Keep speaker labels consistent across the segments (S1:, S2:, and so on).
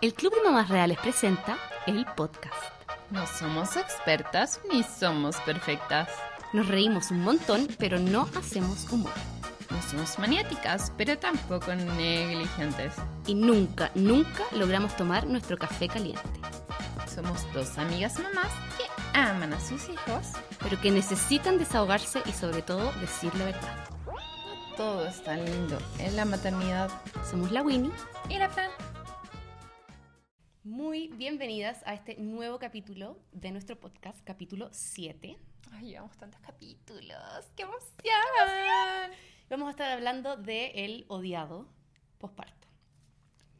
S1: El Club de Mamás Reales presenta el podcast.
S2: No somos expertas ni somos perfectas.
S1: Nos reímos un montón, pero no hacemos humor.
S2: No somos maniáticas, pero tampoco negligentes.
S1: Y nunca, nunca logramos tomar nuestro café caliente.
S2: Somos dos amigas mamás que aman a sus hijos.
S1: Pero que necesitan desahogarse y sobre todo decir la verdad.
S2: No todo es tan lindo en la maternidad.
S1: Somos la Winnie.
S2: Y la Fran.
S1: Muy bienvenidas a este nuevo capítulo de nuestro podcast, capítulo 7.
S2: Ay, llevamos tantos capítulos. ¡Qué emoción!
S1: Vamos a estar hablando de el odiado posparto.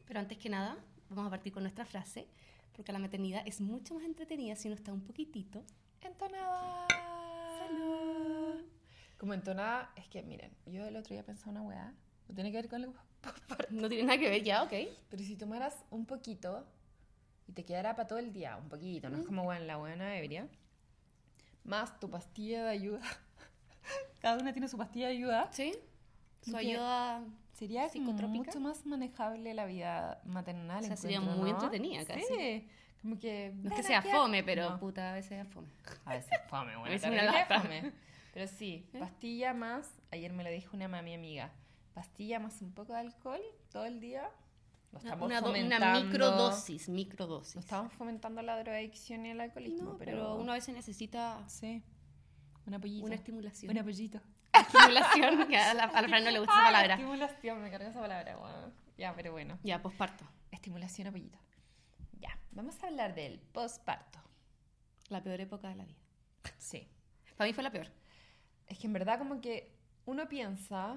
S1: Pero antes que nada, vamos a partir con nuestra frase, porque la maternidad es mucho más entretenida si uno está un poquitito.
S2: Entonada.
S1: Salud.
S2: Como entonada, es que miren, yo el otro día pensaba una weá. No tiene que ver con el
S1: No tiene nada que ver ya, ¿ok?
S2: Pero si tomaras un poquito y te quedara para todo el día, un poquito, no es como bueno, la buena ebria, más tu pastilla de ayuda. Cada una tiene su pastilla de ayuda.
S1: Sí. Su
S2: Ok.
S1: ayuda...
S2: Sería como
S1: ¿Psicotrópica?
S2: mucho más manejable la vida maternal.
S1: O sea, sería
S2: encuentro,
S1: muy
S2: ¿no?
S1: entretenida casi.
S2: Sí. Como que.
S1: No es que
S2: ven
S1: sea
S2: aquí.
S1: fome, pero
S2: No.
S1: puta, a veces es fome.
S2: A veces fome, bueno,
S1: veces una
S2: terrible
S1: lata. ¿Eh?
S2: fome. Pero sí, pastilla más, ayer me lo dijo una mami amiga, pastilla más un poco de alcohol todo el día. Lo
S1: Una,
S2: estamos
S1: do- una
S2: fomentando.
S1: microdosis, microdosis.
S2: No estamos fomentando la drogadicción y el alcoholismo,
S1: No,
S2: pero...
S1: pero uno a veces necesita
S2: Sí, una pollita.
S1: una estimulación. Una
S2: pollita.
S1: estimulación, que a la, a la Fran no le gusta esa palabra.
S2: Estimulación, me carga esa palabra, weón. Ya, pero bueno.
S1: Ya, posparto.
S2: Estimulación a pollita. Ya, vamos a hablar del posparto.
S1: La peor época de la vida.
S2: Sí.
S1: Para mí fue la peor.
S2: Es que en verdad como que uno piensa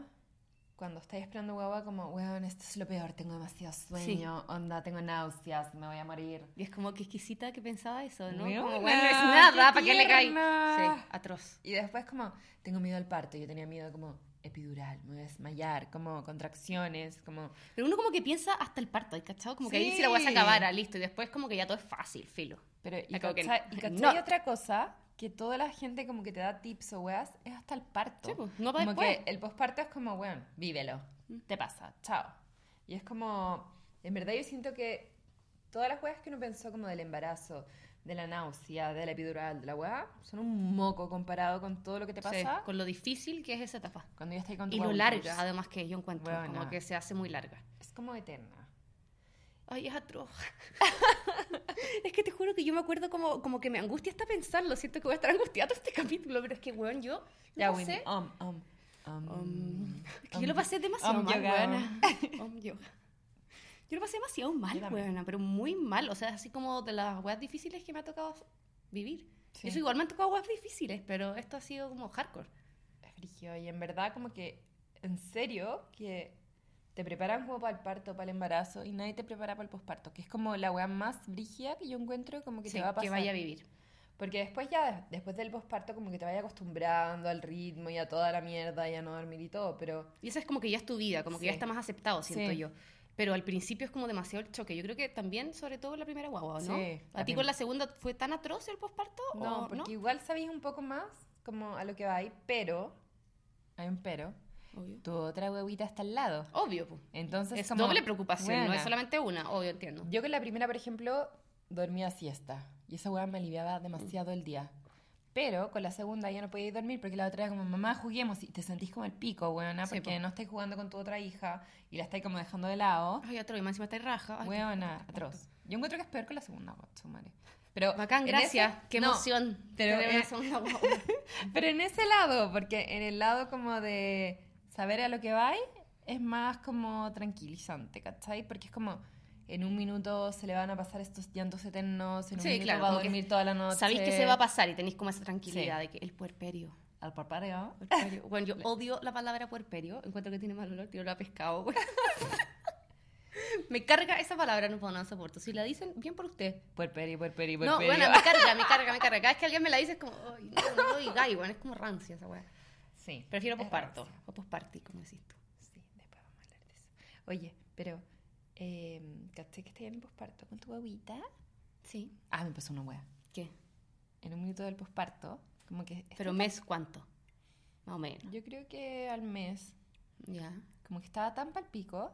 S2: cuando estáis esperando guagua como, weón, esto es lo peor, tengo demasiado sueño, onda, tengo náuseas, me voy a morir.
S1: Y es como que exquisita que pensaba eso, ¿no?
S2: Weona,
S1: Como, bueno, no es
S2: qué
S1: nada, ¿para qué le caí?
S2: tierna.
S1: Sí, atroz.
S2: Y después como, tengo miedo al parto, yo tenía miedo como epidural, me voy a desmayar, como contracciones, como...
S1: Pero uno como que piensa hasta el parto, ¿hay cachado? Como que ahí
S2: Sí.
S1: si la guasa acabara, listo. Y después como que ya todo es fácil, filo.
S2: Pero, y
S1: Ya como que
S2: cachai-
S1: no.
S2: y cachai
S1: No.
S2: otra cosa, que toda la gente como que te da tips o weas, es hasta el parto.
S1: Sí, pues, no pa'
S2: Como
S1: después. Mm.
S2: que el posparto es como, weón, vívelo, te pasa, chao. Y es como, en verdad yo siento que todas las weas que uno pensó como del embarazo, de la náusea, de la epidural, de la wea, son un moco comparado con todo lo que te
S1: Sí,
S2: pasa
S1: con lo difícil que es esa etapa.
S2: cuando ya estás con tu
S1: Y lo
S2: guagua.
S1: larga, además que yo encuentro, como
S2: Weona.
S1: que se hace muy larga.
S2: Es como eterna.
S1: Ay, es atroz. es que te juro que yo me acuerdo como, como que me angustia hasta pensarlo. Siento que voy a estar angustiada todo este capítulo, pero es que, weón, yo lo
S2: Ya,
S1: pasé.
S2: Winnie, um, um, um,
S1: Um, es que
S2: um,
S1: yo lo pasé demasiado
S2: um,
S1: mal,
S2: yoga.
S1: weona. Um, yoga. Yo lo pasé demasiado mal,
S2: Yo también.
S1: weona, pero muy mal. O sea, así como de las weas difíciles que me ha tocado vivir.
S2: Sí.
S1: Eso igual me han tocado weas difíciles, pero esto ha sido como hardcore.
S2: Es brígido, y en verdad como que, en serio, que te preparan como para el parto, para el embarazo, y nadie te prepara para el posparto, que es como la weá más brígida que yo encuentro como que
S1: Sí,
S2: te va a pasar.
S1: que vaya a vivir.
S2: Porque después ya, des- después del posparto como que te vaya acostumbrando al ritmo y a toda la mierda y a no dormir y todo, pero
S1: Y esa es como que ya es tu vida, como que ya
S2: Sí.
S1: está más aceptado, siento
S2: Sí.
S1: yo. Pero al principio es como demasiado el choque. Yo creo que también, sobre todo en la primera guagua, ¿no?
S2: Sí,
S1: ¿A
S2: la
S1: ti
S2: prim-
S1: con la segunda fue tan atroz el posparto?
S2: no,
S1: o
S2: porque igual sabéis un poco más como a lo que va ahí, pero, hay un pero,
S1: Obvio.
S2: tu otra huevita está al lado.
S1: Obvio, po.
S2: Entonces
S1: Oh, Es
S2: como,
S1: doble preocupación, no es
S2: buena.
S1: solamente una, obvio, entiendo.
S2: Yo con la primera, por ejemplo, dormía siesta. Y esa weá me aliviaba
S1: Mm.
S2: demasiado el día. Pero con la segunda ya no podía ir a dormir porque la otra era como, mamá, juguemos. Y te sentís como el pico, weona,
S1: Sí,
S2: porque
S1: po.
S2: no estáis jugando con tu otra hija y la estáis como dejando de lado.
S1: Ay, atroz, y más encima está en raja. Ay,
S2: Weona, atroz. Yo encuentro que es peor con la segunda, weón, su madre. Pero
S1: Bacán,
S2: en
S1: gracias.
S2: ese-
S1: Qué
S2: no,
S1: emoción.
S2: pero
S1: tener una
S2: eh,
S1: segunda guagua.
S2: Pero en ese lado, porque en el lado como de saber a lo que va, es más como tranquilizante, ¿cachai? Porque es como, en un minuto se le van a pasar estos llantos eternos, en un
S1: Sí,
S2: minuto
S1: claro,
S2: va a
S1: como que
S2: dormir toda la noche.
S1: Sabéis que se va a pasar y tenéis como esa tranquilidad de que el puerperio.
S2: Al parpadeo.
S1: puerperio. Bueno, yo odio la palabra puerperio. Encuentro que tiene mal olor, tiro la pescado. güey. me carga esa palabra, no puedo, no la soporto. Si la dicen, bien por usted.
S2: Puerperi, puerperi,
S1: No,
S2: puerperi.
S1: bueno, me carga, me carga, me carga. Cada vez que alguien me la dice es como, ay, no, no lo digáis, bueno, es como rancia esa weá.
S2: Sí.
S1: Prefiero
S2: es
S1: posparto.
S2: rancia.
S1: O posparti, como decís tú.
S2: Sí, después vamos a hablar de eso. Oye, pero, eh, ¿cachai que estás en el posparto con tu guaguita?
S1: Sí.
S2: Ah, me pasó una wea.
S1: ¿Qué?
S2: En un minuto del posparto, como que...
S1: Pero mes, ¿cuánto? Más o menos.
S2: Yo creo que al mes
S1: Ya.
S2: como que estaba tan palpico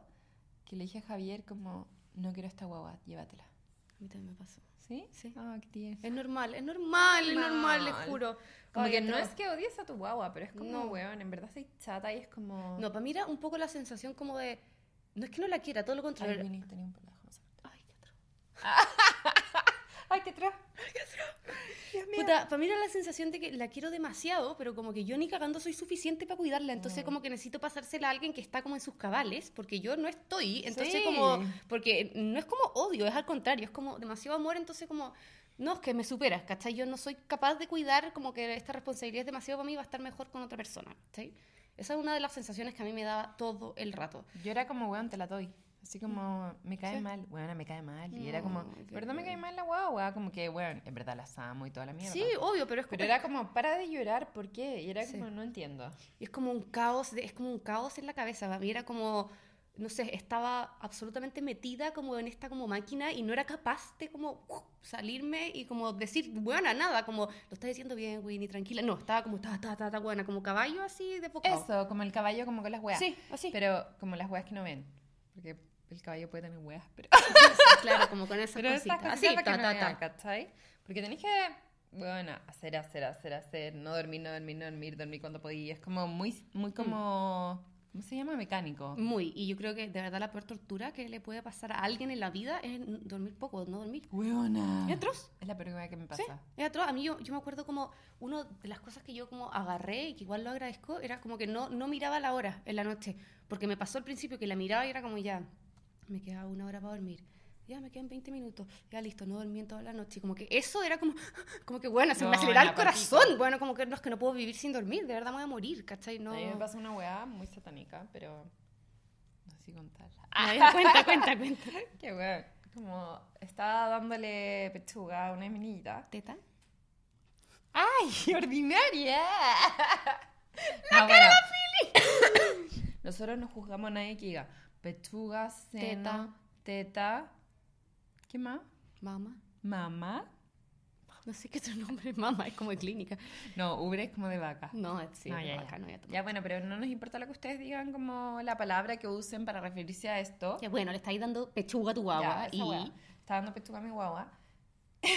S2: que le dije a Javier como, no quiero esta guagua, llévatela.
S1: A mí también me pasó.
S2: ¿Sí?
S1: Sí.
S2: Ah, qué tieso.
S1: Es normal, es normal, es normal, le
S2: Mal.
S1: juro.
S2: Como
S1: Ay,
S2: que no
S1: otra-
S2: es que odies a tu guagua, pero es como,
S1: No.
S2: weón, en verdad soy chata y es como...
S1: No, para mí era un poco la sensación como de... No es que no la quiera, todo lo
S2: Ay,
S1: contrario.
S2: Winnie, tenía un pelajo, no sé.
S1: Ay, qué atroz.
S2: Ay, qué atroz. Dios mío.
S1: Puta, para mí era la sensación de que la quiero demasiado, pero como que yo ni cagando soy suficiente para cuidarla,
S2: Mm.
S1: entonces como que necesito pasársela a alguien que está como en sus cabales, porque yo no estoy, entonces
S2: Sí.
S1: como, porque no es como odio, es al contrario, es como demasiado amor, entonces como, no, es que me superas, ¿cachai? Yo no soy capaz de cuidar, como que esta responsabilidad es demasiado para mí, va a estar mejor con otra persona, ¿cachai? Esa es una de las sensaciones que a mí me daba todo el rato.
S2: Yo era como, weón, te la doy. Así como, me cae
S1: Sí.
S2: mal, weón, me cae mal. Y era
S1: No,
S2: como,
S1: qué
S2: pero no me cae
S1: weón.
S2: mal la guagua. Como que, weón, en verdad las amo y toda la mierda.
S1: Sí, obvio, pero es
S2: Pero era como, para de llorar, ¿por qué? Y era
S1: Sí.
S2: como, no entiendo.
S1: Y es como un caos, de- es como un caos en la cabeza. Para mí era como, no sé, estaba absolutamente metida como en esta como máquina y no era capaz de como ¡uh! salirme y como decir, buena, nada, como lo estás diciendo bien, Winnie, tranquila. No, estaba como, ta, ta, ta, ta, buena, como caballo así de poco.
S2: Eso, como el caballo, como con las weas.
S1: Sí, así.
S2: Pero como las weas que no ven. Porque el caballo puede tener weas, pero...
S1: claro, como con esas
S2: pero esas
S1: cositas.
S2: cositas
S1: Así,
S2: para
S1: ta,
S2: que no
S1: ta, ta.
S2: vean, ¿cachai? Porque tenés que, bueno, hacer, hacer, hacer, hacer, no dormir, no dormir, no dormir, dormir cuando podías. Es como muy, muy como, ¿cómo se llama? Mecánico.
S1: Muy, y yo creo que de verdad la peor tortura que le puede pasar a alguien en la vida es dormir poco, no dormir.
S2: Weona.
S1: ¿Y otros?
S2: Es la primera que me
S1: Sí,
S2: pasa.
S1: es atroz. A mí yo, yo me acuerdo como una de las cosas que yo como agarré y que igual lo agradezco era como que no, no miraba la hora en la noche. Porque me pasó al principio que la miraba y era como ya, me quedaba una hora para dormir. Ya me quedan 20 minutos. Ya listo, no dormí en toda la noche. Y como que eso era como, como que bueno, se
S2: No,
S1: me acelera el
S2: la patita.
S1: corazón. Bueno, como que no es que no puedo vivir sin dormir. De verdad me voy a morir, ¿cachai? No.
S2: A mí me pasa una weá muy satánica, pero no sé si contarla.
S1: No, ya, cuenta, cuenta, cuenta.
S2: Qué weón. Como estaba dándole pechuga a una niñita.
S1: Teta.
S2: ¡Ay, ordinaria! ¡La cara Nosotros no juzgamos a nadie que diga pechuga, seno, teta. ¿Qué más?
S1: Mamá.
S2: ¿Mamá?
S1: No sé qué es su nombre, mamá. Es como de clínica.
S2: No, ubre es como de vaca.
S1: No, sí,
S2: No,
S1: es
S2: ya, ya.
S1: bacán, no voy a tomar.
S2: Ya, bueno, pero no nos importa lo que ustedes digan como la palabra que usen para referirse a esto.
S1: Ya, bueno, le estáis dando pechuga a tu guagua
S2: Ya, esa
S1: y...
S2: weá. Estaba dando pechuga a mi guagua.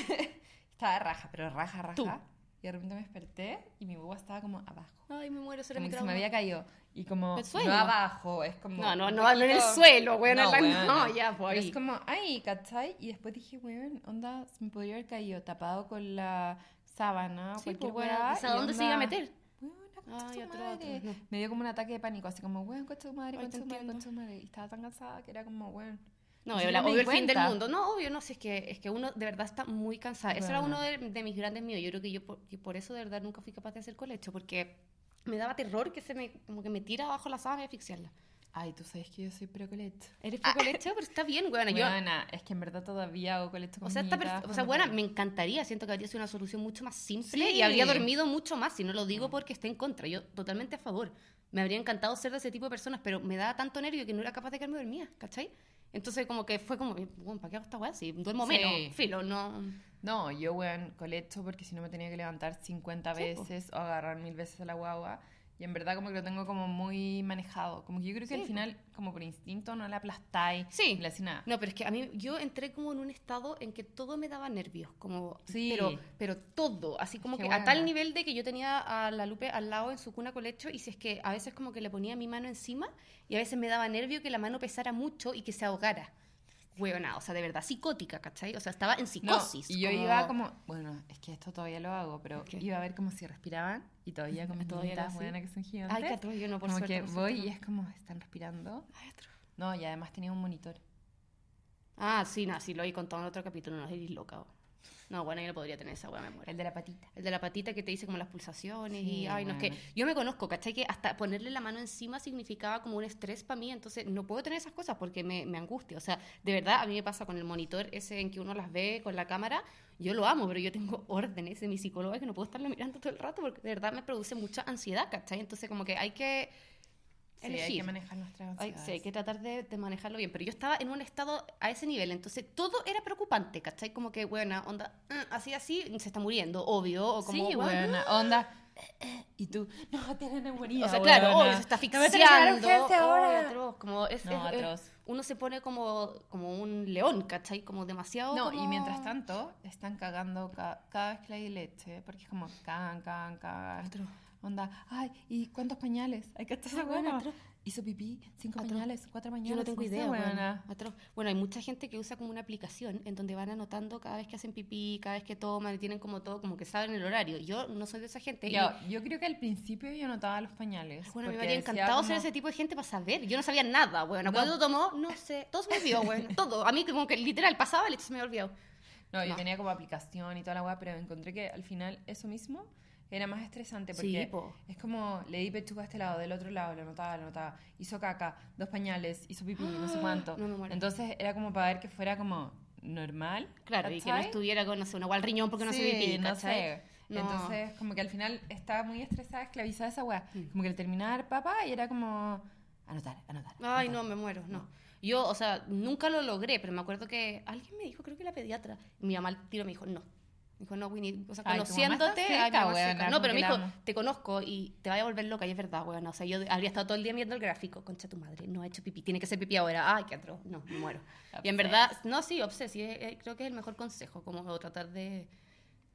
S2: estaba raja, pero raja, raja.
S1: Tú.
S2: Y de repente me desperté y mi guagua estaba como abajo.
S1: Ay, me muero, será
S2: Como
S1: mi
S2: que se me
S1: trauma.
S2: había caído. Y como,
S1: El sueño.
S2: no abajo, es como...
S1: No, no,
S2: un
S1: no, no en el
S2: poquito-
S1: suelo, weón, en la-
S2: weona.
S1: no, ya,
S2: Pero
S1: voy.
S2: es como, ay, ¿cachai? Y después dije, weón, onda, se me podría haber caído tapado con la sábana o
S1: Sí,
S2: cualquier
S1: pues, weón,
S2: weá,
S1: ¿sabes
S2: y
S1: a dónde se iba a
S2: onda,
S1: meter?
S2: Weón, la concha de
S1: Ay,
S2: su
S1: otro,
S2: madre.
S1: otro, no.
S2: Me dio como un ataque de pánico, así como, weón, concha de tu
S1: Ay,
S2: madre,
S1: te
S2: concha de tu madre,
S1: entiendo.
S2: concha de tu madre. Y estaba tan cansada que era como, weón.
S1: No, la-
S2: Ni siquiera me
S1: obvio el
S2: di
S1: fin del
S2: cuenta.
S1: mundo. No, obvio, no, si es que, es que uno de verdad está muy cansado. Eso era
S2: Bueno.
S1: uno de, de mis grandes miedos. Yo creo que yo por, que por eso de verdad nunca fui capaz de hacer colecho, porque me daba terror que se me, como que me tira abajo la sábana y asfixiarla.
S2: Ay, tú sabes que yo soy pro colecho.
S1: ¿Eres poco colecho? Pero está bien, weona. Yo,
S2: Weona, es que en verdad todavía hago colecho con
S1: o sea, está
S2: niñitas
S1: perfe- o sea, bueno,
S2: cuando puedo.
S1: me encantaría. Siento que habría sido una solución mucho más simple
S2: Sí. Mm.
S1: y habría dormido mucho más. Y no lo digo porque esté en contra. Yo totalmente a favor. Me habría encantado ser de ese tipo de personas, pero me daba tanto nervio que no era capaz de quedarme dormida, ¿cachai? Entonces, como que fue como, bueno, ¿para qué hago esta weá? Si duermo
S2: Sí.
S1: menos, filo, no.
S2: No, yo, weón, colecho porque si no me tenía que levantar 50
S1: Sí, po.
S2: veces o agarrar mil veces a la guagua. Y en verdad como que lo tengo como muy manejado. Como que yo creo
S1: Sí,
S2: que al
S1: po.
S2: final, como por instinto, no la aplastáis.
S1: Sí.
S2: ni Le hacéis nada.
S1: No, pero es que a mí yo entré como en un estado en que todo me daba nervios, como
S2: Sí.
S1: pero pero todo, así como
S2: Qué
S1: que a tal
S2: buena.
S1: nivel de que yo tenía a la Lupe al lado en su cuna colecho y si es que a veces como que le ponía mi mano encima y a veces me daba nervio que la mano pesara mucho y que se ahogara. Huevona, o sea, de verdad psicótica, ¿cachai? O sea, estaba en
S2: No,
S1: psicosis.
S2: y yo
S1: como-
S2: iba como, bueno, es que esto todavía lo hago, pero
S1: ¿Qué?
S2: iba a ver como si respiraban y todavía como
S1: Todavía lo
S2: niñitas
S1: hacía.
S2: buenas que son gigantes.
S1: Ay, que atroz, yo no por
S2: como
S1: suerte.
S2: que
S1: por
S2: voy
S1: suerte,
S2: y
S1: no.
S2: es como, ¿están respirando?
S1: Ay, atroz.
S2: No, y además tenía un monitor.
S1: Ah, sí, no, sí, lo he contado en otro capítulo, no, eres loca. vos. No, bueno, yo no podría tener esa hueá, me muero.
S2: El de la patita.
S1: El de la patita que te dice como las pulsaciones
S2: Sí,
S1: y ay, no es que
S2: bueno.
S1: yo me conozco, ¿cachai? Que hasta ponerle la mano encima significaba como un estrés para mí, entonces no puedo tener esas cosas porque me, me angustia. O sea, de verdad, a mí me pasa con el monitor ese en que uno las ve con la cámara, yo lo amo, pero yo tengo órdenes de mi psicóloga que no puedo estarlo mirando todo el rato porque de verdad me produce mucha ansiedad, ¿cachai? Entonces como que hay que
S2: Sí,
S1: elegir.
S2: hay que manejar nuestras
S1: Ay, sí, hay
S2: ansiedades.
S1: que tratar de, de manejarlo bien. Pero yo estaba en un estado a ese nivel, entonces todo era preocupante, ¿cachai? Como que, buena, onda, mm, así, así, se está muriendo, obvio, o como,
S2: sí,
S1: weón,
S2: buena onda. eh, y tú, no, tiene neumonía.
S1: O sea, claro,
S2: huevona.
S1: oh, se está
S2: No me tenés que dar
S1: asfixiando.
S2: urgencia
S1: oh,
S2: ahora.
S1: atroz, como es-
S2: No,
S1: es- es-
S2: atroz.
S1: uno se pone como, como un león, ¿cachai? Como demasiado.
S2: No, y
S1: como-
S2: mientras tanto, están cagando ca- cada vez que le hay leche, porque es como cagan, cagan, cagan.
S1: Atroz.
S2: Onda, ay, ¿y cuántos pañales? Hay que estar
S1: Ah, bueno,
S2: buena.
S1: atroz.
S2: Hizo pipí, cinco
S1: Atroz.
S2: pañales, cuatro pañales.
S1: Yo no tengo
S2: sé,
S1: idea, bueno,
S2: weona.
S1: atroz. Bueno, hay mucha gente que usa como una aplicación en donde van anotando cada vez que hacen pipí, cada vez que toman, y tienen como todo, como que saben el horario. Yo no soy de esa gente. y-
S2: Yo, yo creo que al principio yo notaba los pañales.
S1: Bueno, me
S2: porque
S1: habría
S2: decía
S1: encantado ser
S2: como-
S1: ese tipo de gente para saber. Yo no sabía nada, bueno. Cuando tomó, no sé. Todo se me olvidó, bueno. Todo. A mí como que literal pasaba, el hecho se me había olvidado.
S2: No, yo
S1: No.
S2: tenía como aplicación y toda la weá, pero encontré que al final eso mismo era más estresante porque
S1: Sí, po.
S2: es como le di pechuga a este lado, del otro lado, lo notaba, lo notaba, hizo caca, dos pañales, hizo pipí, no sé cuánto.
S1: Ah, No me muero.
S2: Entonces era como para ver que fuera como normal.
S1: Claro, y que no
S2: ¿cachai?
S1: estuviera con, no sé, una gual riñón porque no
S2: Sí,
S1: se pipí,
S2: no
S1: ¿cachai?
S2: sé.
S1: No.
S2: Entonces, como que al final estaba muy estresada, esclavizada esa weá.
S1: Mm.
S2: Como que al terminar, papá, y era como anotar, anotar.
S1: Ay,
S2: anotar.
S1: no, me muero, no. Yo, o sea, nunca lo logré, pero me acuerdo que alguien me dijo, creo que la pediatra, y mi mamá al tiro me dijo, no. Me dijo, no, Winnie, o sea,
S2: Ay, tu mamá está
S1: conociéndote, ay, mi
S2: seca,
S1: mamá es
S2: weona,
S1: seca.
S2: como
S1: No, pero
S2: que
S1: me
S2: la
S1: dijo,
S2: amo.
S1: te conozco y te vaya a volver loca, y es verdad, weón. O sea, yo habría estado todo el día viendo el gráfico, concha tu madre, no ha hecho pipí, tiene que ser pipí ahora, ay, qué atroz, no, me muero. Y en
S2: Obses.
S1: verdad, no, sí, obses, y es- eh, creo que es el mejor consejo, como tratar de,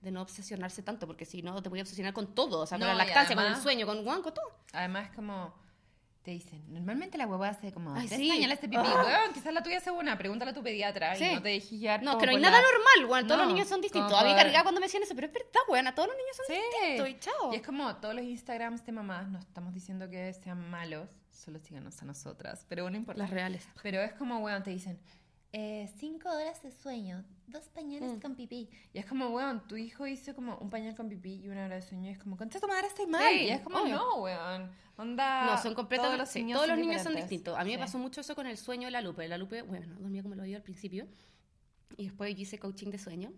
S1: de no obsesionarse tanto, porque si no, te voy a obsesionar con todo, o sea,
S2: No,
S1: con
S2: y
S1: la lactancia, con
S2: además-
S1: el sueño, con, weón, con todo.
S2: Además, como te dicen, normalmente la huevada hace como
S1: Ay,
S2: tres
S1: sí.
S2: pañales de pipí.
S1: Ah.
S2: Weón, quizás la tuya hace una. Pregúntale a tu pediatra y
S1: Sí.
S2: no te dejes llevar
S1: No,
S2: como
S1: que no hay
S2: por
S1: nada
S2: la-
S1: normal, weón. Todos
S2: No,
S1: los niños son distintos.
S2: como
S1: A mí me
S2: por-
S1: cargaba cuando me decían eso, pero es verdad, weón. A todos los niños son
S2: Sí.
S1: distintos. Y chao.
S2: Y es como todos los Instagrams de mamás, no estamos diciendo que sean malos, solo síganos a nosotras, pero no importa.
S1: Las reales.
S2: Pero es como, weón, te dicen, eh, cinco horas de sueño, dos pañales
S1: Mm.
S2: con pipí. Y es como, weón, tu hijo hizo como un pañal con pipí y una hora de sueño. Y es como, concha tu madre, estoy mal.
S1: Sí,
S2: y es como,
S1: obvio.
S2: no, weón. Onda.
S1: No, son completamente. Ah, Todos los, niños, todos
S2: son
S1: los niños son
S2: diferentes.
S1: distintos. A mí
S2: Sí.
S1: me pasó mucho eso con el sueño de la Lupe. La Lupe, bueno, dormía como lo oído al principio. Y después yo hice coaching de sueño.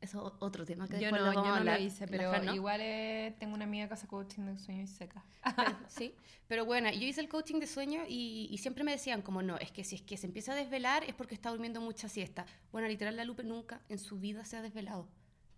S1: Eso o- otro tema que
S2: Yo
S1: después
S2: no,
S1: lo
S2: yo
S1: vamos a
S2: no lo
S1: hablar.
S2: hice,
S1: La
S2: pero
S1: Fer, ¿no?
S2: igual eh, tengo una amiga que hace coaching de sueño y seca.
S1: Sí, pero bueno, yo hice el coaching de sueño y, y siempre me decían como no, es que si es que se empieza a desvelar es porque está durmiendo mucha siesta. Bueno, literal la Lupe nunca en su vida se ha desvelado.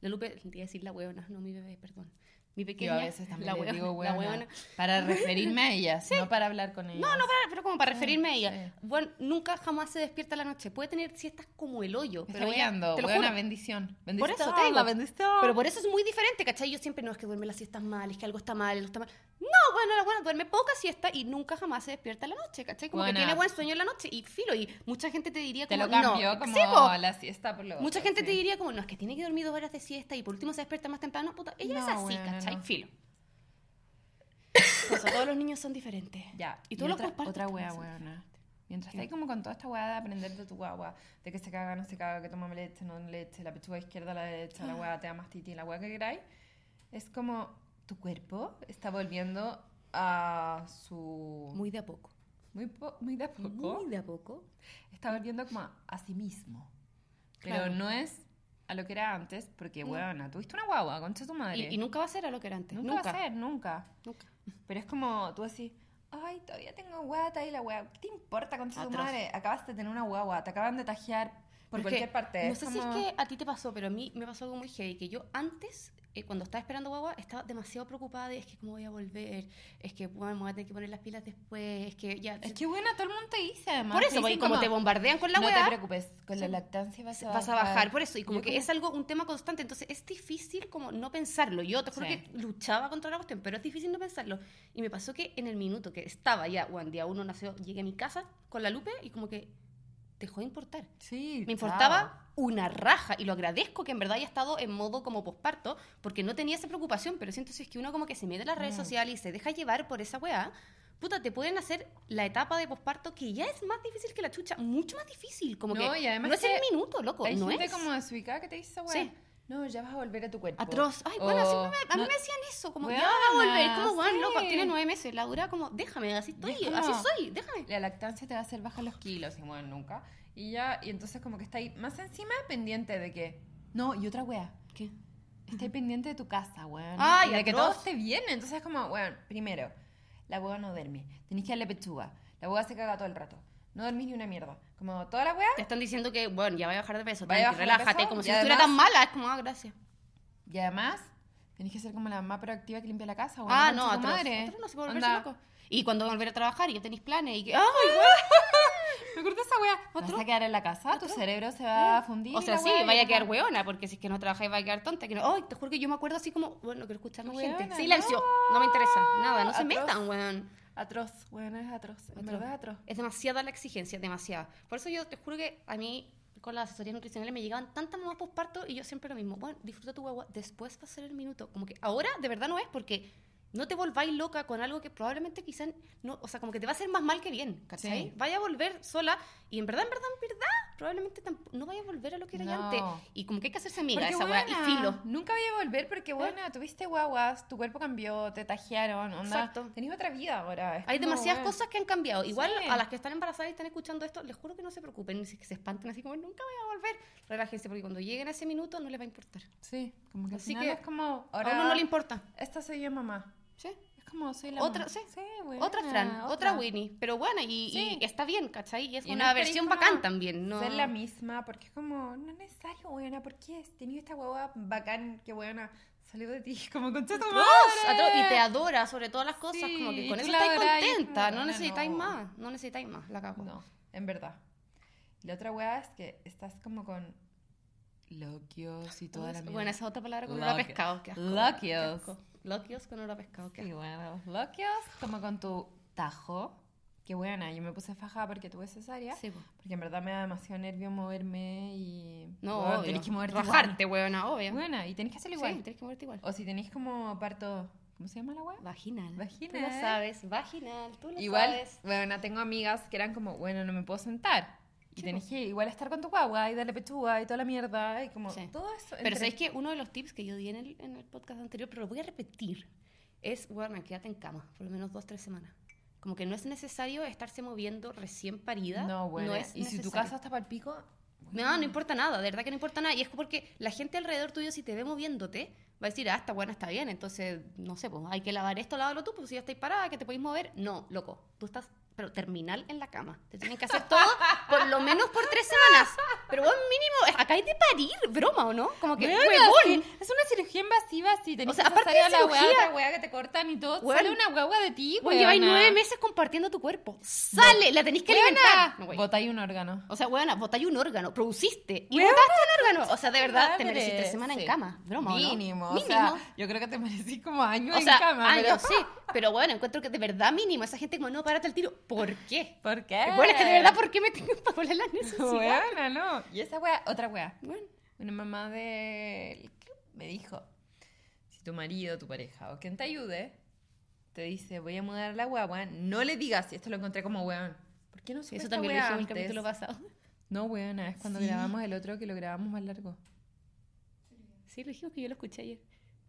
S1: La Lupe, te iba a decir la huevona, no mi bebé, perdón. Mi
S2: Yo
S1: pequeña,
S2: a veces también
S1: la
S2: le
S1: huevona,
S2: digo
S1: la
S2: huevona,
S1: huevona.
S2: para referirme a ellas, no para hablar con ellas.
S1: No, no, para- pero como para
S2: Sí,
S1: referirme a ella.
S2: sí.
S1: Bueno, nunca jamás se despierta a la noche. Puede tener siestas como el hoyo,
S2: Me
S1: pero
S2: está
S1: ella-
S2: guiando,
S1: te lo
S2: buena
S1: juro.
S2: bendición. Bendición.
S1: Por eso te digo. Pero
S2: Pero
S1: por eso es muy diferente, ¿cachai? Yo siempre, no, es que duerme las siestas mal, es que algo está mal, algo está mal. No, bueno, la buena duerme poca siesta y nunca jamás se despierta en la noche, ¿cachai? Como
S2: Buena.
S1: que tiene buen sueño en la noche y filo. Y mucha gente te diría
S2: te
S1: como,
S2: lo cambio
S1: no.
S2: como
S1: Sí, po.
S2: la siesta por lo
S1: Mucha
S2: otro,
S1: gente
S2: sí.
S1: te diría como, no, es que tiene que dormir dos horas de siesta y por último se despierta más temprano. Puta, ella
S2: No,
S1: es así,
S2: buena,
S1: ¿cachai?
S2: no.
S1: Filo. Eso, todos los niños son diferentes.
S2: Ya.
S1: Y todos los
S2: otra,
S1: compartes
S2: otra
S1: también
S2: wea,
S1: son
S2: weona. Mientras
S1: ¿Qué?
S2: estáis como con toda esta weá de aprender de tu guagua, de que se caga, no se caga, que toma leche, no leche, la pechuga izquierda, la derecha, la
S1: Ah.
S2: weá te da más titi, la weá que queráis, es como tu cuerpo está volviendo a su...
S1: Muy de a poco.
S2: muy, po- muy de a poco.
S1: Muy de a poco.
S2: está volviendo como a, a sí mismo. Pero
S1: Claro.
S2: no es a lo que era antes, porque,
S1: No.
S2: weona, tuviste una guagua, concha tu madre.
S1: Y, y nunca va a ser a lo que era antes.
S2: nunca,
S1: Nunca.
S2: va a ser, nunca.
S1: Nunca.
S2: Pero es como tú así, ay, todavía tengo guata y la guagua. ¿Qué te importa, concha tu
S1: Atroz.
S2: madre? Acabas de tener una guagua, te acaban de tajear
S1: Porque
S2: por cualquier parte.
S1: No sé si
S2: como-
S1: es que a ti te pasó, pero a mí me pasó algo muy heavy, que yo antes, eh, cuando estaba esperando guagua, estaba demasiado preocupada de es que cómo voy a volver, es que bueno, me voy a tener que poner las pilas después, es que ya...
S2: Es que, bueno, todo el mundo te dice, además.
S1: por
S2: te
S1: eso, porque
S2: dicen
S1: como, te bombardean con la
S2: no
S1: weá,
S2: te preocupes, con la
S1: Sí.
S2: lactancia vas a
S1: vas a bajar, por eso, y como
S2: Yo
S1: que
S2: como-
S1: es algo, un tema constante, entonces es difícil como no pensarlo, yo te juro
S2: Sí.
S1: que luchaba contra la cuestión, pero es difícil no pensarlo, y me pasó que en el minuto que estaba ya, o día uno nació, llegué a mi casa con la lupe y como que dejó de importar.
S2: Sí,
S1: Me
S2: chao.
S1: importaba una raja y lo agradezco que en verdad haya estado en modo como posparto porque no tenía esa preocupación, pero siento si es que uno como que se mete en las redes
S2: Mm.
S1: sociales y se deja llevar por esa weá, puta, te pueden hacer la etapa de posparto que ya es más difícil que la chucha, mucho más difícil, como
S2: No,
S1: que
S2: y además
S1: no es el
S2: que
S1: minuto, loco,
S2: Hay
S1: no
S2: gente
S1: es
S2: como desubicada que te dice, weón,
S1: Sí.
S2: no, ya vas a volver a tu cuerpo.
S1: atroz. Ay, bueno,
S2: O,
S1: siempre me- a mí
S2: no-
S1: me decían eso, como ya
S2: Weona,
S1: va a volver, como weón,
S2: sí.
S1: loco, tiene nueve meses, la dura como, déjame, así estoy,
S2: es como-
S1: así soy, déjame.
S2: La lactancia te va a hacer bajar los kilos, y bueno, nunca. Y ya, y entonces como que está ahí más encima pendiente de que, no, y otra wea,
S1: ¿Qué?
S2: esté pendiente de tu casa, weón.
S1: Ay,
S2: y de que
S1: atroz.
S2: todo esté bien. Entonces es como, weón, primero, la wea no duerme, tenés que darle pechuga, la wea se caga todo el rato, no dormís ni una mierda. Como toda la wea,
S1: Te están diciendo que, bueno, ya voy a bajar de peso,
S2: Vaya a
S1: tranqui,
S2: bajar de
S1: relájate,
S2: peso,
S1: como si
S2: y
S1: no estuviera tan
S2: además-
S1: mala, es como, ah, gracias.
S2: y además Tenés que ser como la más proactiva que limpia la casa, weón.
S1: Ah,
S2: Concha
S1: no,
S2: tu
S1: atroz.
S2: madre.
S1: Atroz, no se puede volverse
S2: Onda,
S1: loco. Y cuando volver a trabajar y ya tenéis planes y que... ¡Ay,
S2: Me acuerdo esa weá.
S1: Otro.
S2: Vas a quedar en la casa, tu cerebro se va a fundir.
S1: O sea,
S2: la
S1: sí,
S2: weá, y
S1: vaya a
S2: la
S1: quedar
S2: weá.
S1: weona, porque si es que no trabajáis va a quedar tonta. Que no, ay, te juro que yo me acuerdo así como, bueno, no quiero escuchar más
S2: Weona,
S1: gente. Silencio, no. me interesa, nada, no se
S2: Atroz.
S1: metan, weón.
S2: Atroz, weón, es atroz. En
S1: Atroz.
S2: verdad es atroz.
S1: Es demasiada la exigencia, demasiada. Por eso yo te juro que a mí con las asesorías nutricionales me llegaban tantas mamás postparto y yo siempre lo mismo, bueno, disfruta tu guagua, después va a ser el minuto. Como que ahora de verdad no es porque no te volváis loca con algo que probablemente quizás no, o sea, como que te va a hacer más mal que bien, ¿cachai?
S2: Sí.
S1: Vaya a volver sola y en verdad, en verdad, en verdad, probablemente tamp- no vaya a volver a lo que era ya
S2: No.
S1: antes. Y como que hay que hacerse amiga de
S2: Porque,
S1: esa weá y
S2: weona,
S1: filo. ¿Eh?
S2: Nunca voy a volver porque, bueno, tuviste guaguas, tu cuerpo cambió, te tajearon, onda.
S1: Exacto.
S2: Tenés otra vida ahora. es
S1: Hay
S2: como,
S1: demasiadas
S2: weón.
S1: cosas que han cambiado. Igual
S2: Sí.
S1: a las que están embarazadas y están escuchando esto, les juro que no se preocupen, ni si- que se espanten así como nunca voy a volver. Relájense porque cuando lleguen a ese minuto no les va a importar.
S2: Sí, como que al
S1: Así
S2: final
S1: que
S2: es como.
S1: a
S2: Ahora
S1: uno no le importa.
S2: Esta soy yo, mamá.
S1: ¿sí?
S2: Es como soy la
S1: Otra-
S2: mamá.
S1: sí.
S2: weona,
S1: otra Fran, otra. Winnie. Pero bueno, y,
S2: Sí.
S1: y está bien, ¿cachai? Y es
S2: Y este no
S1: una
S2: esperéis
S1: versión
S2: como
S1: bacán también, ¿no?
S2: Ser la misma, porque es como, no es necesario, weona, ¿por qué has tenido esta hueva bacán que, weona, salió de ti? Como concha de tu
S1: Atroz, atroz, y te
S2: madre.
S1: adora sobre todas las cosas,
S2: Sí,
S1: como que
S2: y
S1: con
S2: tú
S1: eso
S2: la
S1: estáis
S2: adoráis, es como,
S1: contenta, no
S2: "Buena,
S1: necesitáis
S2: no".
S1: más, no necesitáis más, la cago.
S2: No, en verdad. La otra hueva es que estás como con loquios y toda la mierda.
S1: bueno, esa es otra palabra con olor a
S2: Loquio-
S1: pescado, qué asco. qué
S2: Loquios.
S1: asco. Loquios con olor a pescado, qué
S2: Sí,
S1: asco.
S2: bueno, los loquios, como con tu tajo. Que buena, yo me puse faja porque tuve cesárea.
S1: Sí, po.
S2: Porque en verdad me da demasiado nervio moverme y.
S1: No,
S2: Bueno,
S1: obvio.
S2: tenés que moverte.
S1: Rajarte, huevona, obvio.
S2: Igual. Buena, y tenés que hacerlo igual.
S1: Sí, tenés que moverte igual.
S2: O si tenés como parto. ¿Cómo se llama la weá?
S1: Vaginal.
S2: Vaginal.
S1: Tú lo sabes, vaginal, tú lo
S2: Igual,
S1: sabes.
S2: bueno, tengo amigas que eran como, bueno, no me puedo sentar. Y
S1: Sí,
S2: tenés que igual estar con tu guagua y darle pechuga y toda la mierda y como
S1: Sí.
S2: todo eso.
S1: Pero
S2: entre-
S1: sabéis que uno de los tips que yo di en el, en el podcast anterior, pero lo voy a repetir, es, bueno, quédate en cama, por lo menos dos, tres semanas. Como que no es necesario estarse moviendo recién parida.
S2: No, bueno.
S1: es
S2: y si tu
S1: necesario.
S2: casa está para el pico.
S1: No, no importa nada, de verdad que no importa nada. Y es porque la gente alrededor tuyo, si te ve moviéndote, va a decir, ah, esta buena está bien, entonces, no sé, pues hay que lavar esto, lávalo tú, pues si ya estáis parada, que te podéis mover. No, loco, tú estás, pero terminal en la cama. Te tienen que hacer todo, por lo menos por tres semanas. Pero vos mínimo, acá hay de parir, broma, ¿o no? Como que,
S2: Weona,
S1: huevón.
S2: sí, Es una cirugía invasiva, si tenés
S1: O sea,
S2: que
S1: aparte
S2: cesárea
S1: de
S2: la weá,
S1: cirugía-
S2: otra weá que te cortan y todo,
S1: Weón.
S2: sale una guagua de ti,
S1: Vos
S2: weona.
S1: lleváis nueve meses compartiendo tu cuerpo. Sale, la tenéis que
S2: Weona,
S1: alimentar. No, wey.
S2: botáis un órgano.
S1: o sea, buena, botáis un órgano, produciste y
S2: Weona,
S1: botaste un órgano. O sea, de verdad, te
S2: Madre,
S1: merecís tres semanas
S2: sí.
S1: en cama. Broma, ¿o no?
S2: Mínimo, o
S1: Mínimo.
S2: sea, yo creo que te merecí como años
S1: O sea,
S2: en cama.
S1: años,
S2: pero-
S1: sí. Pero bueno, encuentro que de verdad mínimo. Esa gente como, no, párate el tiro. ¿Por qué?
S2: ¿Por qué?
S1: Bueno, es que de verdad, pues, ¿por qué me tengo que poner la necesidad?
S2: Weona, no. Y esa weá, otra weá.
S1: Bueno,
S2: Una mamá del club me dijo, si tu marido, tu pareja o quien te ayude, te dice, voy a mudar la guagua, no le digas, y esto lo encontré como weón. ¿Por qué no supe
S1: eso
S2: esta
S1: también lo
S2: weá
S1: dije en el
S2: antes?
S1: capítulo pasado.
S2: No, weona, es cuando
S1: Sí.
S2: grabamos el otro que lo grabamos más largo.
S1: Sí, lo dijimos que yo lo escuché ayer.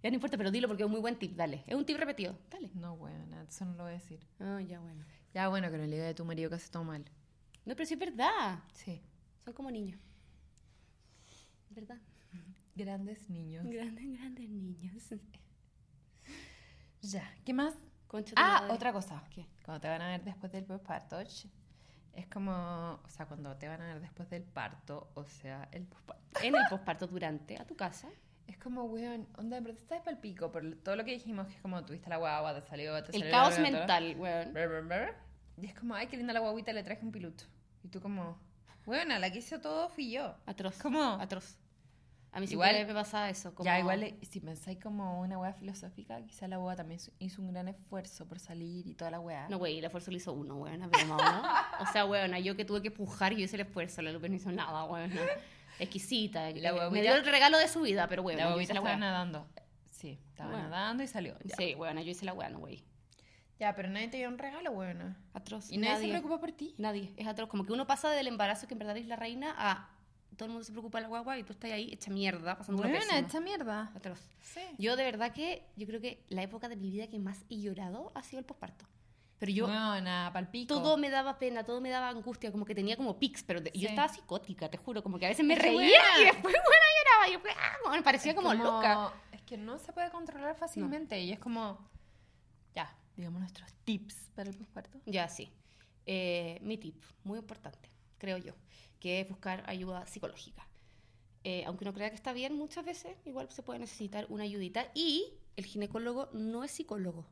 S1: Ya no importa, pero dilo porque es un muy buen tip, dale. Es un tip repetido. Dale.
S2: No, weona, eso no lo voy a decir.
S1: Ah, ya, bueno.
S2: Ya, bueno, que no le diga de tu marido que hace todo mal.
S1: No, pero sí es verdad.
S2: Sí.
S1: Son como niños. ¿Verdad?
S2: Grandes niños.
S1: Grandes, grandes niños.
S2: Ya, ¿qué más?
S1: Concha tu
S2: Ah,
S1: madre.
S2: otra cosa.
S1: ¿Qué?
S2: Cuando te van a ver después del posparto, ch, es como, o sea, cuando te van a ver después del parto, o sea, el posparto.
S1: En el posparto durante, a tu casa.
S2: Es como, weón, onda, en verdad estás pal pico por todo lo que dijimos, que es como tuviste la guagua, te salió, te salió
S1: El
S2: la
S1: caos
S2: guagua,
S1: mental, weón.
S2: todo. Brr, brr, brr. Y es como, ay, qué linda la guaguita, le traje un piluto. Y tú como, weón, la que hizo todo fui yo.
S1: Atroz.
S2: ¿Cómo?
S1: Atroz. A mí
S2: Igual-
S1: siempre me pasaba eso. Como...
S2: Ya, igual, eh, si pensáis como una wea filosófica, quizá la wea también su- hizo un gran esfuerzo por salir y toda la wea.
S1: No, güey, el esfuerzo lo hizo uno, weón, broma, ¿no? O sea, weón, yo que tuve que pujar, yo hice el esfuerzo, la Lupe no hizo nada, weón. Exquisita.
S2: La
S1: eh,
S2: guaguita-
S1: me dio el regalo de su vida, pero weón,
S2: la
S1: yo
S2: guaguita
S1: hice la
S2: estaba
S1: weón.
S2: nadando. Sí, estaba
S1: Bueno.
S2: nadando y salió. Ya.
S1: Sí, weón, yo hice la weón, güey.
S2: Ya, pero nadie te dio un regalo, weón.
S1: Atroz.
S2: Y nadie, se preocupa por ti.
S1: Nadie, es atroz. Como que uno pasa del embarazo, que en verdad es la reina, a todo el mundo se preocupa de la guagua y tú estás ahí hecha mierda, pasando
S2: Weona,
S1: pésimo.
S2: esta mierda.
S1: Atroz.
S2: Sí.
S1: Yo de verdad que, yo creo que la época de mi vida que más he llorado ha sido el posparto. Pero yo
S2: Weona, palpico.
S1: todo me daba pena, todo me daba angustia, como que tenía como pics, pero te-
S2: Sí.
S1: yo estaba psicótica, te juro, como que a veces me
S2: Es que
S1: reía
S2: buena.
S1: y después bueno, lloraba, y yo pues, ah, bueno, parecía
S2: Es
S1: como, loca.
S2: Es que no se puede controlar fácilmente y es como. Ya, digamos nuestros tips para el posparto.
S1: Ya, sí. Eh, mi tip, muy importante, creo yo, que es buscar ayuda psicológica. Eh, aunque uno crea que está bien, muchas veces igual se puede necesitar una ayudita y el ginecólogo no es psicólogo,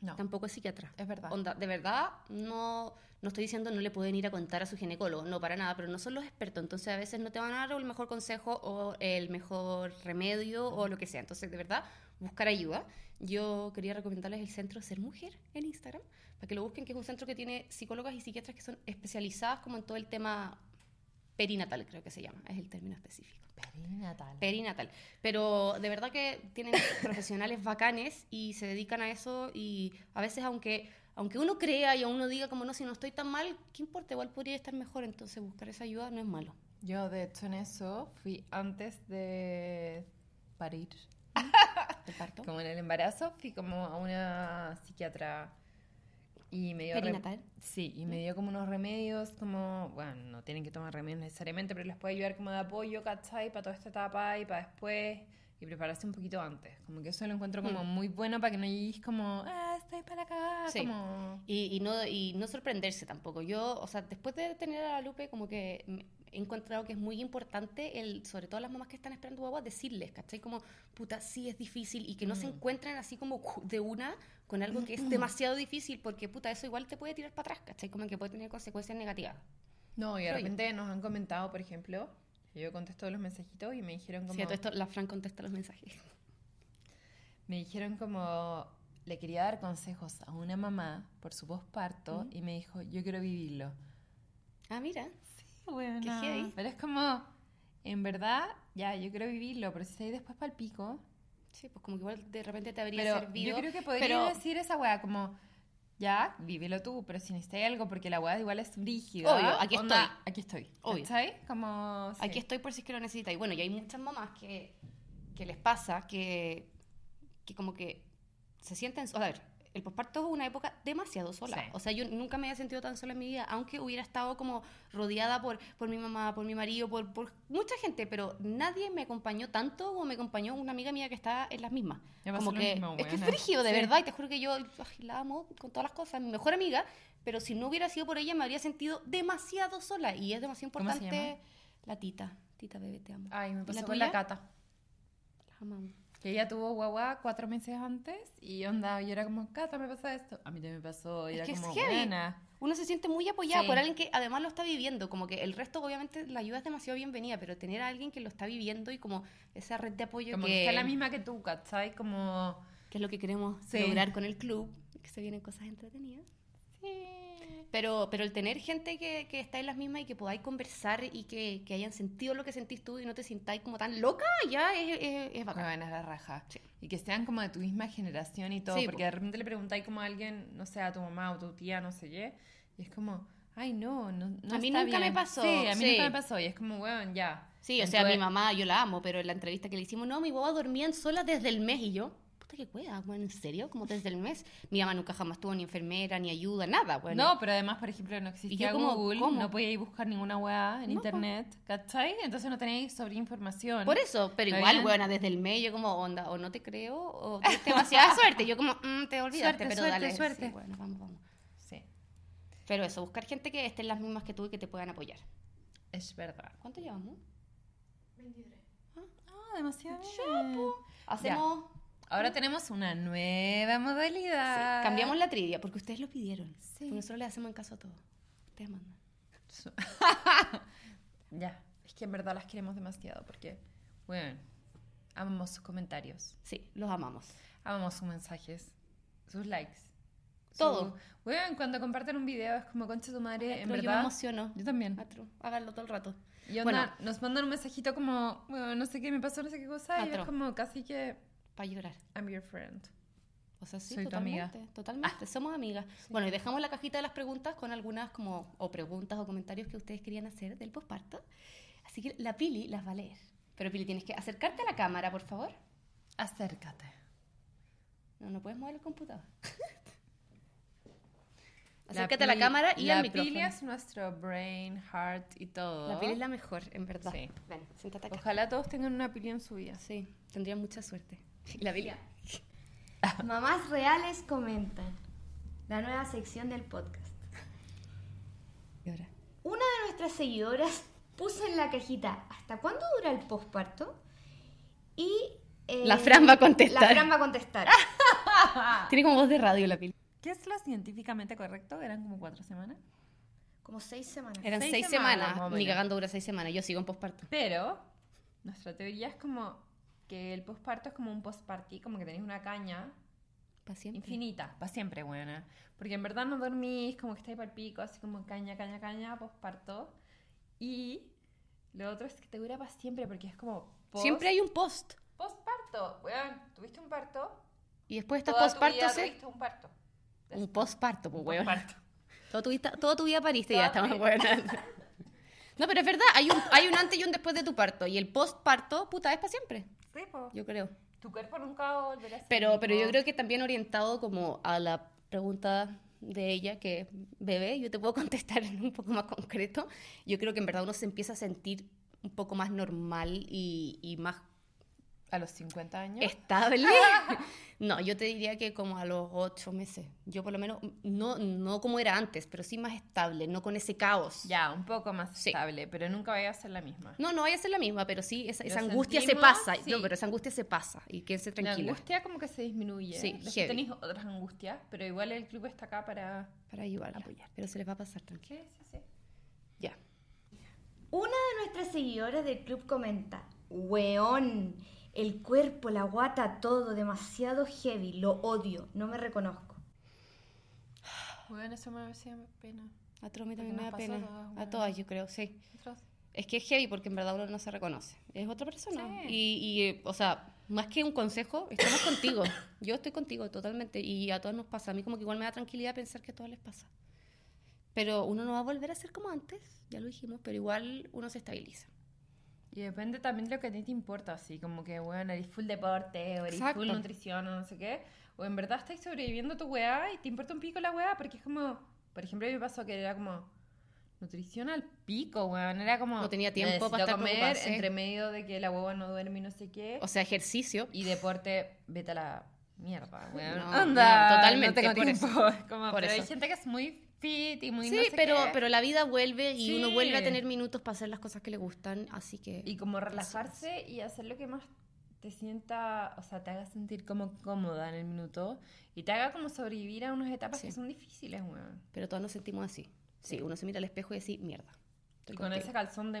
S2: No,
S1: tampoco es psiquiatra.
S2: es verdad.
S1: Onda, de verdad, no, no estoy diciendo no le pueden ir a contar a su ginecólogo, no, para nada, pero no son los expertos, entonces a veces no te van a dar el mejor consejo o el mejor remedio o lo que sea, entonces de verdad, buscar ayuda. Yo quería recomendarles el centro Ser Mujer en Instagram, para que lo busquen, que es un centro que tiene psicólogas y psiquiatras que son especializadas como en todo el tema perinatal, creo que se llama, es el término específico
S2: Perinatal.
S1: perinatal. Pero de verdad que tienen profesionales bacanes y se dedican a eso y a veces aunque aunque uno crea y aún uno diga como no, si no estoy tan mal, ¿qué importa? Igual podría estar mejor, entonces buscar esa ayuda no es malo.
S2: Yo, de hecho, en eso fui antes de parir.
S1: ¿Te parto?
S2: Como en el embarazo, fui como a una psiquiatra y me dio... re-
S1: Perinatal. ¿Mm?
S2: Sí, y me dio como unos remedios, como, bueno, no tienen que tomar remedios necesariamente, pero les puede ayudar como de apoyo, ¿cachai? Para toda esta etapa y para después, y prepararse un poquito antes. Como que eso lo encuentro como muy bueno para que no llegues como, ah, estoy para la cagada,
S1: Mm. Sí.
S2: como...
S1: Y, y no, y no sorprenderse tampoco. Yo, o sea, después de tener a la Lupe, como que me- he encontrado que es muy importante, el, sobre todo las mamás que están esperando guagua, decirles, ¿cachai? Como, puta, sí es difícil y que no
S2: Mm.
S1: se encuentren así como cu- de una con algo que es demasiado difícil, porque, puta, eso igual te puede tirar para atrás, ¿cachai? Como que puede tener consecuencias negativas.
S2: No, y de
S1: Creo yo.
S2: repente nos han comentado, por ejemplo, yo contesto los mensajitos y me dijeron como...
S1: Sí, a todo esto, la Fran contesta los mensajes.
S2: Me dijeron como le quería dar consejos a una mamá por su posparto y me dijo, yo quiero vivirlo.
S1: Ah, mira.
S2: Qué heavy. Pero es como, en verdad, ya, yo quiero vivirlo, pero si estáis después para el pico.
S1: Sí, pues como que igual de repente te habría
S2: Pero
S1: servido.
S2: yo creo que podría
S1: pero-
S2: decir esa weá como, ya, vívelo tú, pero si necesitáis algo, porque la weá igual es rígida.
S1: Obvio, aquí estoy.
S2: Aquí estoy.
S1: Obvio.
S2: ¿Cachai? Como, sí.
S1: Aquí estoy por si es que lo necesita. Y bueno, y hay muchas mamás que, que les pasa que, que como que se sienten... so- A ver, el posparto es una época demasiado sola.
S2: Sí.
S1: O sea, yo nunca me había sentido tan sola en mi vida, aunque hubiera estado como rodeada por, por mi mamá, por mi marido, por, por mucha gente, pero nadie me acompañó tanto como me acompañó una amiga mía que está en las mismas.
S2: Me pasó
S1: Como
S2: lo
S1: que
S2: mismo,
S1: es que es
S2: weona.
S1: frígido, de
S2: Sí.
S1: verdad, y te juro que yo ay, la amo con todas las cosas, mi mejor amiga, pero si no hubiera sido por ella me habría sentido demasiado sola y es demasiado
S2: ¿Cómo se
S1: importante la tita. Tita, bebé, te amo.
S2: Ay, me pasó
S1: ¿La
S2: con la
S1: tuya?
S2: cata.
S1: Las amamos.
S2: Que ella tuvo guagua cuatro meses antes y onda, yo era como, Cata, me pasa esto. A mí también me pasó, y
S1: Es
S2: era
S1: que es
S2: como,
S1: heavy.
S2: buena.
S1: Uno se siente muy apoyada
S2: Sí.
S1: por alguien que además lo está viviendo. Como que el resto, obviamente, la ayuda es demasiado bienvenida, pero tener a alguien que lo está viviendo y como esa red de apoyo
S2: Como
S1: que,
S2: que está la misma que tú, ¿cachai? Como...
S1: que es lo que queremos
S2: Sí.
S1: lograr con el club, que se vienen cosas entretenidas. Pero, pero el tener gente que, que está en las mismas y que podáis conversar y que, que hayan sentido lo que sentís tú y no te sintáis como tan loca, ya es, es, es bacán.
S2: Buena la raja.
S1: Sí.
S2: Y que sean como de tu misma generación y todo.
S1: Sí,
S2: porque
S1: po.
S2: de repente le preguntáis como a alguien, no sé, a tu mamá o tu tía, no sé qué. Y es como, ay, no, no, no
S1: A mí
S2: está
S1: nunca me
S2: bien".
S1: pasó,
S2: Sí, a mí
S1: sí.
S2: nunca me pasó. Y es como, weón, ya.
S1: Sí, o
S2: En
S1: sea,
S2: tu
S1: mi
S2: e-
S1: mamá, yo la amo, pero en la entrevista que le hicimos, no, mi boba dormían sola desde el mes y yo, puta que cueva, bueno, ¿en serio? Como desde el mes. Mi mamá nunca jamás tuvo ni enfermera, ni ayuda, nada, bueno.
S2: No, pero además, por ejemplo, no existía
S1: yo como,
S2: Google,
S1: ¿cómo?
S2: no podía ir buscar ninguna weá en
S1: No, po.
S2: internet, ¿cachai? Entonces no tenéis sobre información.
S1: Por eso, pero
S2: Está
S1: igual,
S2: bien.
S1: buena, desde el mes yo como, onda, o no te creo, o tuviste demasiada suerte. Yo como, mm, te olvidaste,
S2: Suerte,
S1: pero
S2: suerte,
S1: dale. sí,
S2: suerte.
S1: bueno, vamos, vamos.
S2: Sí,
S1: Pero eso, buscar gente que esté en las mismas que tú y que te puedan apoyar.
S2: es verdad.
S1: ¿Cuánto llevamos?
S2: Ah, demasiado Mm, Ah.
S1: Hacemos...
S2: Ahora tenemos una nueva
S1: sí,
S2: modalidad.
S1: cambiamos la trivia, porque ustedes lo pidieron.
S2: ah, Sí.
S1: Porque Nosotros le hacemos en caso a todo. Ustedes mandan.
S2: Su- ya, es que en verdad las queremos demasiado porque, bueno, amamos sus comentarios,
S1: Sí, los amamos.
S2: amamos sus mensajes, sus likes. su-
S1: Todo.
S2: Bueno, cuando comparten un video es como concha tu madre, en
S1: Pero yo me
S2: verdad.
S1: emociono.
S2: Yo también.
S1: Atru, háganlo todo el rato.
S2: Y onda,
S1: Bueno.
S2: nos mandan un mensajito como, bueno, no sé qué me pasó, no sé qué cosa, y yo
S1: Atro.
S2: es como casi que,
S1: Para llorar.
S2: I'm your friend.
S1: O sea, sí,
S2: Soy tu amiga. Ah.
S1: totalmente. Totalmente. Somos amigas. Bueno, y dejamos la cajita de las preguntas con algunas como o preguntas o comentarios que ustedes querían hacer del posparto. Así que la Pili las va a leer. Pero Pili, tienes que acercarte a la cámara, por favor.
S2: Acércate.
S1: No, no puedes mover el computador. Acércate a la
S2: Pili-
S1: cámara y
S2: la
S1: al micrófono.
S2: Pili es nuestro brain, heart y todo.
S1: La Pili es la mejor, en verdad.
S2: Sí.
S1: Ven, siéntate acá.
S2: Ojalá todos tengan una Pili en su vida.
S1: Sí, tendrían mucha suerte. La Pili.
S3: Mamás reales comentan. La nueva sección del podcast.
S1: Y ahora.
S3: Una de nuestras seguidoras puso en la cajita ¿Hasta cuándo dura el posparto? Y Eh,
S1: La Fran va a contestar. Ah.
S3: La Fran va a contestar.
S1: Tiene como voz de radio la pila.
S2: ¿Qué es lo científicamente correcto? Eran como cuatro semanas.
S3: Como seis semanas.
S1: Eran
S2: Seis
S1: seis,
S2: semanas,
S1: semanas.
S2: más o menos.
S1: Ni cagando dura seis semanas. Yo sigo en posparto.
S2: Pero nuestra teoría es como que el posparto es como un postpartí, como que tenés una caña
S1: Para siempre.
S2: infinita, para siempre buena. Porque en verdad no dormís, como que estáis para el pico, así como caña, caña, caña, posparto. Y lo otro es que te dura para siempre, porque es como post-
S1: Siempre hay un post.
S2: Postparto, weón, tuviste un parto.
S1: Y después estás
S2: toda tu
S1: postparto.
S2: vida
S1: se-
S2: tuviste un parto.
S1: Un postparto, pues, weón.
S2: Postparto.
S1: Todo tu, vista- toda tu vida pariste y ya
S2: Toda tu
S1: estamos weón. No, pero es verdad, hay un, hay un antes y un después de tu parto. Y el postparto, puta, es para siempre,
S2: Sí, po.
S1: yo creo.
S2: Tu cuerpo nunca va a volver a ser
S1: Pero,
S2: el
S1: pero yo
S2: mismo.
S1: creo que también orientado como a la pregunta de ella, que bebé, yo te puedo contestar en un poco más concreto. Yo creo que en verdad uno se empieza a sentir un poco más normal y, y más
S2: A los 50 años.
S1: estable. No, yo te diría que como a los ocho meses. Yo por lo menos, no, no como era antes, pero sí más estable, no con ese caos.
S2: Ya, un poco más
S1: Sí.
S2: estable, pero nunca vaya a ser la misma.
S1: No, no vaya a ser la misma, pero sí, esa,
S2: Lo
S1: esa angustia se
S2: sentimos,
S1: pasa.
S2: sí.
S1: No, pero esa angustia se pasa y quédense
S2: La
S1: tranquila.
S2: angustia como que se disminuye.
S1: Sí,
S2: Después
S1: heavy.
S2: tenéis otras angustias, pero igual el club está acá para...
S1: Para ayudarla.
S2: Apoyar.
S1: Pero se les va a pasar tranquila.
S2: Sí, sí, sí.
S1: Ya.
S3: Una de nuestras seguidoras del club comenta, weón, el cuerpo, la guata, todo, demasiado heavy, lo odio, no me reconozco.
S2: Bueno, eso me hacía pena.
S1: A todos me
S2: Porque
S1: también me
S2: nos
S1: da
S2: pasó
S1: pena.
S2: a todas,
S1: A
S2: bueno.
S1: todas, yo creo, sí.
S2: Nosotros-
S1: Es que es heavy porque en verdad uno no se reconoce. Es otra persona.
S2: Sí.
S1: Y, y, eh, o sea, más que un consejo, estamos contigo. Yo estoy contigo totalmente. Y a todas nos pasa. A mí como que igual me da tranquilidad pensar que a todas les pasa. Pero uno no va a volver a ser como antes, ya lo dijimos, pero igual uno se estabiliza.
S2: Y depende también de lo que a ti te importa, así como que, bueno, eres full deporte, o eres
S1: Exacto.
S2: full nutrición, o no sé qué. O en verdad estáis sobreviviendo a tu weá y te importa un pico la weá, porque es como, por ejemplo, a mí me pasó que era como nutrición al pico, weón. Era como.
S1: No tenía tiempo
S2: necesito
S1: para estar preocupada,
S2: comer
S1: sí.
S2: entre medio de que la hueva no duerme y no sé qué.
S1: O sea, ejercicio.
S2: y deporte, vete a la mierda, weón.
S1: No,
S2: Anda,
S1: no, totalmente,
S2: no tengo
S1: por eso,
S2: tiempo. Es como,
S1: por
S2: pero hay
S1: eso.
S2: gente que es muy fit y muy
S1: Sí,
S2: no sé
S1: pero,
S2: qué.
S1: pero la vida vuelve y uno
S2: Sí.
S1: vuelve a tener minutos para hacer las cosas que le gustan, así que...
S2: Y como relajarse y hacer lo que más te sienta, o sea, te haga sentir como cómoda en el minuto y te haga como sobrevivir a unas etapas
S1: Sí.
S2: que son difíciles, weón.
S1: Pero todas nos sentimos así. Sí, uno se mira al espejo y dice, mierda.
S2: Y
S1: estoy
S2: con
S1: contigo".
S2: ese calzón de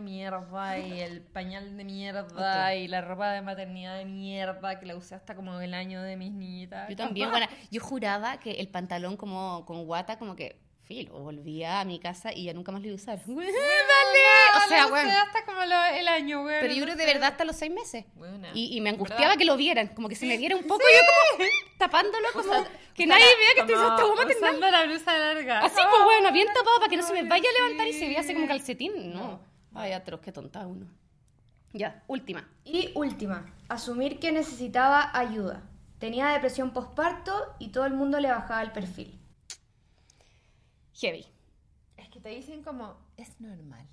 S2: mierda y el pañal de mierda
S1: Ok.
S2: y la ropa de maternidad de mierda que la usé hasta como el año de mis niñitas.
S1: Yo también, bueno, yo juraba que el pantalón como con guata, como que, filo, volvía a mi casa y ya nunca más lo iba a usar. Weón,
S2: ¡Dale!
S1: O sea,
S2: lo usé
S1: weón.
S2: hasta como lo- el año, weón.
S1: Pero yo creo de verdad hasta los seis meses.
S2: Buena.
S1: Y, y me angustiaba
S2: ¿Verdad?
S1: que lo vieran, como que se me viera un poco, yo como tapándolo, como que nadie vea que estoy usando esta goma maternal.
S2: usando la blusa larga.
S1: Así, pues bueno, bien tapado para que no se me vaya a levantar y se vea así como calcetín. No. Ay, atroz, qué tonta uno. Ya, última.
S3: Y última, asumir que necesitaba ayuda. Tenía depresión postparto y todo el mundo le bajaba el perfil.
S1: Heavy.
S2: Es que te dicen como, es normal.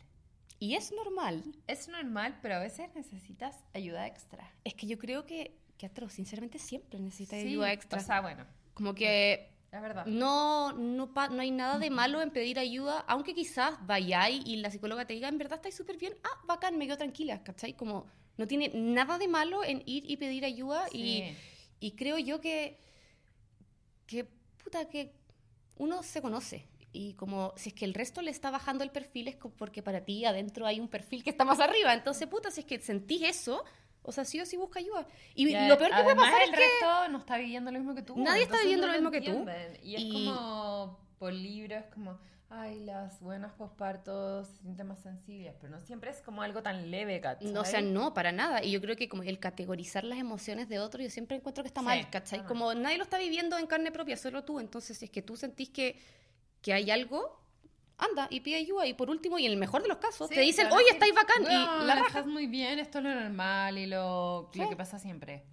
S1: Y es normal.
S2: Es normal, pero a veces necesitas ayuda extra.
S1: Es que yo creo que, que atroz, sinceramente, siempre necesita
S2: Sí,
S1: ayuda extra.
S2: O sea, bueno,
S1: como que
S2: es verdad.
S1: No, no, pa- no hay nada de malo en pedir ayuda, aunque quizás vayáis y la psicóloga te diga, en verdad estáis súper bien, ah, bacán, me quedo tranquila, ¿cachai? Como no tiene nada de malo en ir y pedir ayuda
S2: Sí.
S1: y, y creo yo que, que, puta, que uno se conoce y como si es que el resto le está bajando el perfil es co- porque para ti adentro hay un perfil que está más arriba, entonces, puta, si es que sentís eso, o sea, sí o sí busca ayuda. Y
S2: a-
S1: lo peor que puede
S2: además,
S1: pasar es
S2: el
S1: que...
S2: resto no está viviendo lo mismo que tú.
S1: Nadie está
S2: entonces
S1: viviendo
S2: no
S1: lo mismo que tú.
S2: entienden. Y es
S1: Y-
S2: como por libro, es como, ay, las buenas pospartos se sienten más sensibles, pero no siempre es como algo tan leve, ¿cachai?
S1: No, o sea, no, para nada. Y yo creo que como el categorizar las emociones de otro, yo siempre encuentro que está
S2: Sí, Ah.
S1: mal,
S2: está
S1: ¿cachai?
S2: mal.
S1: Como nadie lo está viviendo en carne propia, solo tú. Entonces, si es que tú sentís que, que hay algo, anda y pide ayuda. Y por último, y en el mejor de los casos,
S2: Sí,
S1: te dicen,
S2: van a
S1: oye,
S2: decir,
S1: estáis bacán.
S2: "Weón,
S1: y la
S2: la
S1: raja.
S2: estás muy bien, esto es lo normal y lo, lo que pasa siempre.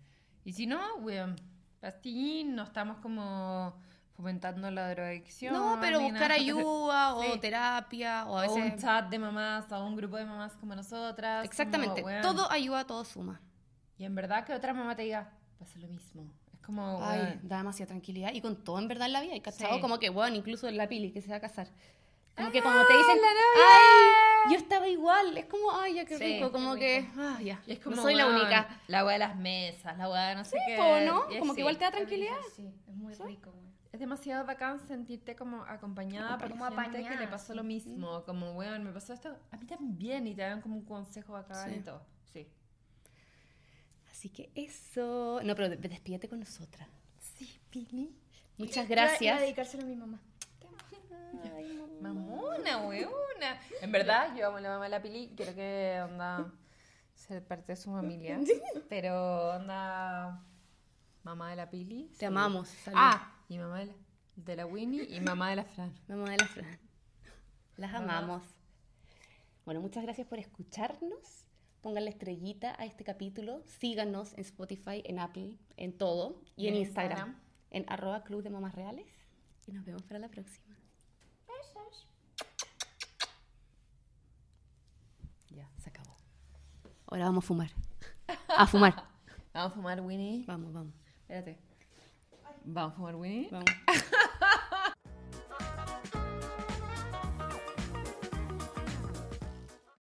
S2: Y si no, weón, pastillín, no estamos como fomentando la drogadicción.
S1: No, pero
S2: ni
S1: buscar
S2: nada.
S1: ayuda o
S2: Sí.
S1: terapia o a
S2: O un
S1: veces...
S2: chat de mamás, o un grupo de mamás como nosotras.
S1: Exactamente.
S2: como, weón.
S1: Todo ayuda, todo suma.
S2: Y en verdad que otra mamá te diga, pasa lo mismo. Es como,
S1: Ay,
S2: weón,
S1: da demasiada tranquilidad. Y con todo en verdad en la vida, ¿cachai?
S2: Sí. Ah,
S1: Como que, bueno, incluso en la pili que se va a casar. Como que cuando te dicen,
S2: la
S1: ay, yo estaba igual. Es como, ay, ya qué
S2: Sí,
S1: rico,
S2: qué
S1: como que, ah, ya.
S2: Y es como,
S1: no soy la
S2: weón,
S1: única.
S2: La weá de las mesas, la weá de no sé qué.
S1: po, ¿no?
S2: Y
S1: Como que igual te da
S2: así.
S1: tranquilidad.
S3: Sí, es muy rico, güey.
S2: Es demasiado bacán sentirte como acompañada por
S3: Como
S2: gente que
S3: apañada,
S2: le pasó lo mismo. Como, weón, me pasó esto. A mí también. Y te dan como un consejo bacán
S1: Sí.
S2: y todo. Sí.
S1: Así que eso. No, pero de- despídete con nosotras.
S2: Sí, Pili.
S1: Muchas
S3: Iba, iba a
S1: gracias.
S3: dedicárselo a mi mamá.
S2: Mamona, weona. En verdad, yo amo a la mamá de la Pili. Quiero que, onda, ser parte de su familia. Pero, onda, mamá de la Pili.
S1: Te amamos. Salud.
S2: Ah, y mamá de la, de la Winnie y mamá de la Fran.
S1: Mamá de la Fran. Las amamos. Bueno, muchas gracias por escucharnos. Pongan la estrellita a este capítulo. Síganos en Spotify, en Apple, en todo. Y en,
S2: En
S1: Instagram.
S2: Instagram.
S1: En arroba club de mamás reales. Y nos vemos para la próxima.
S2: Ya, se acabó.
S1: Ahora vamos a fumar. A fumar.
S2: Vamos a fumar Winnie.
S1: Vamos, vamos.
S2: Espérate. Vamos a fumar Winnie.
S1: Vamos.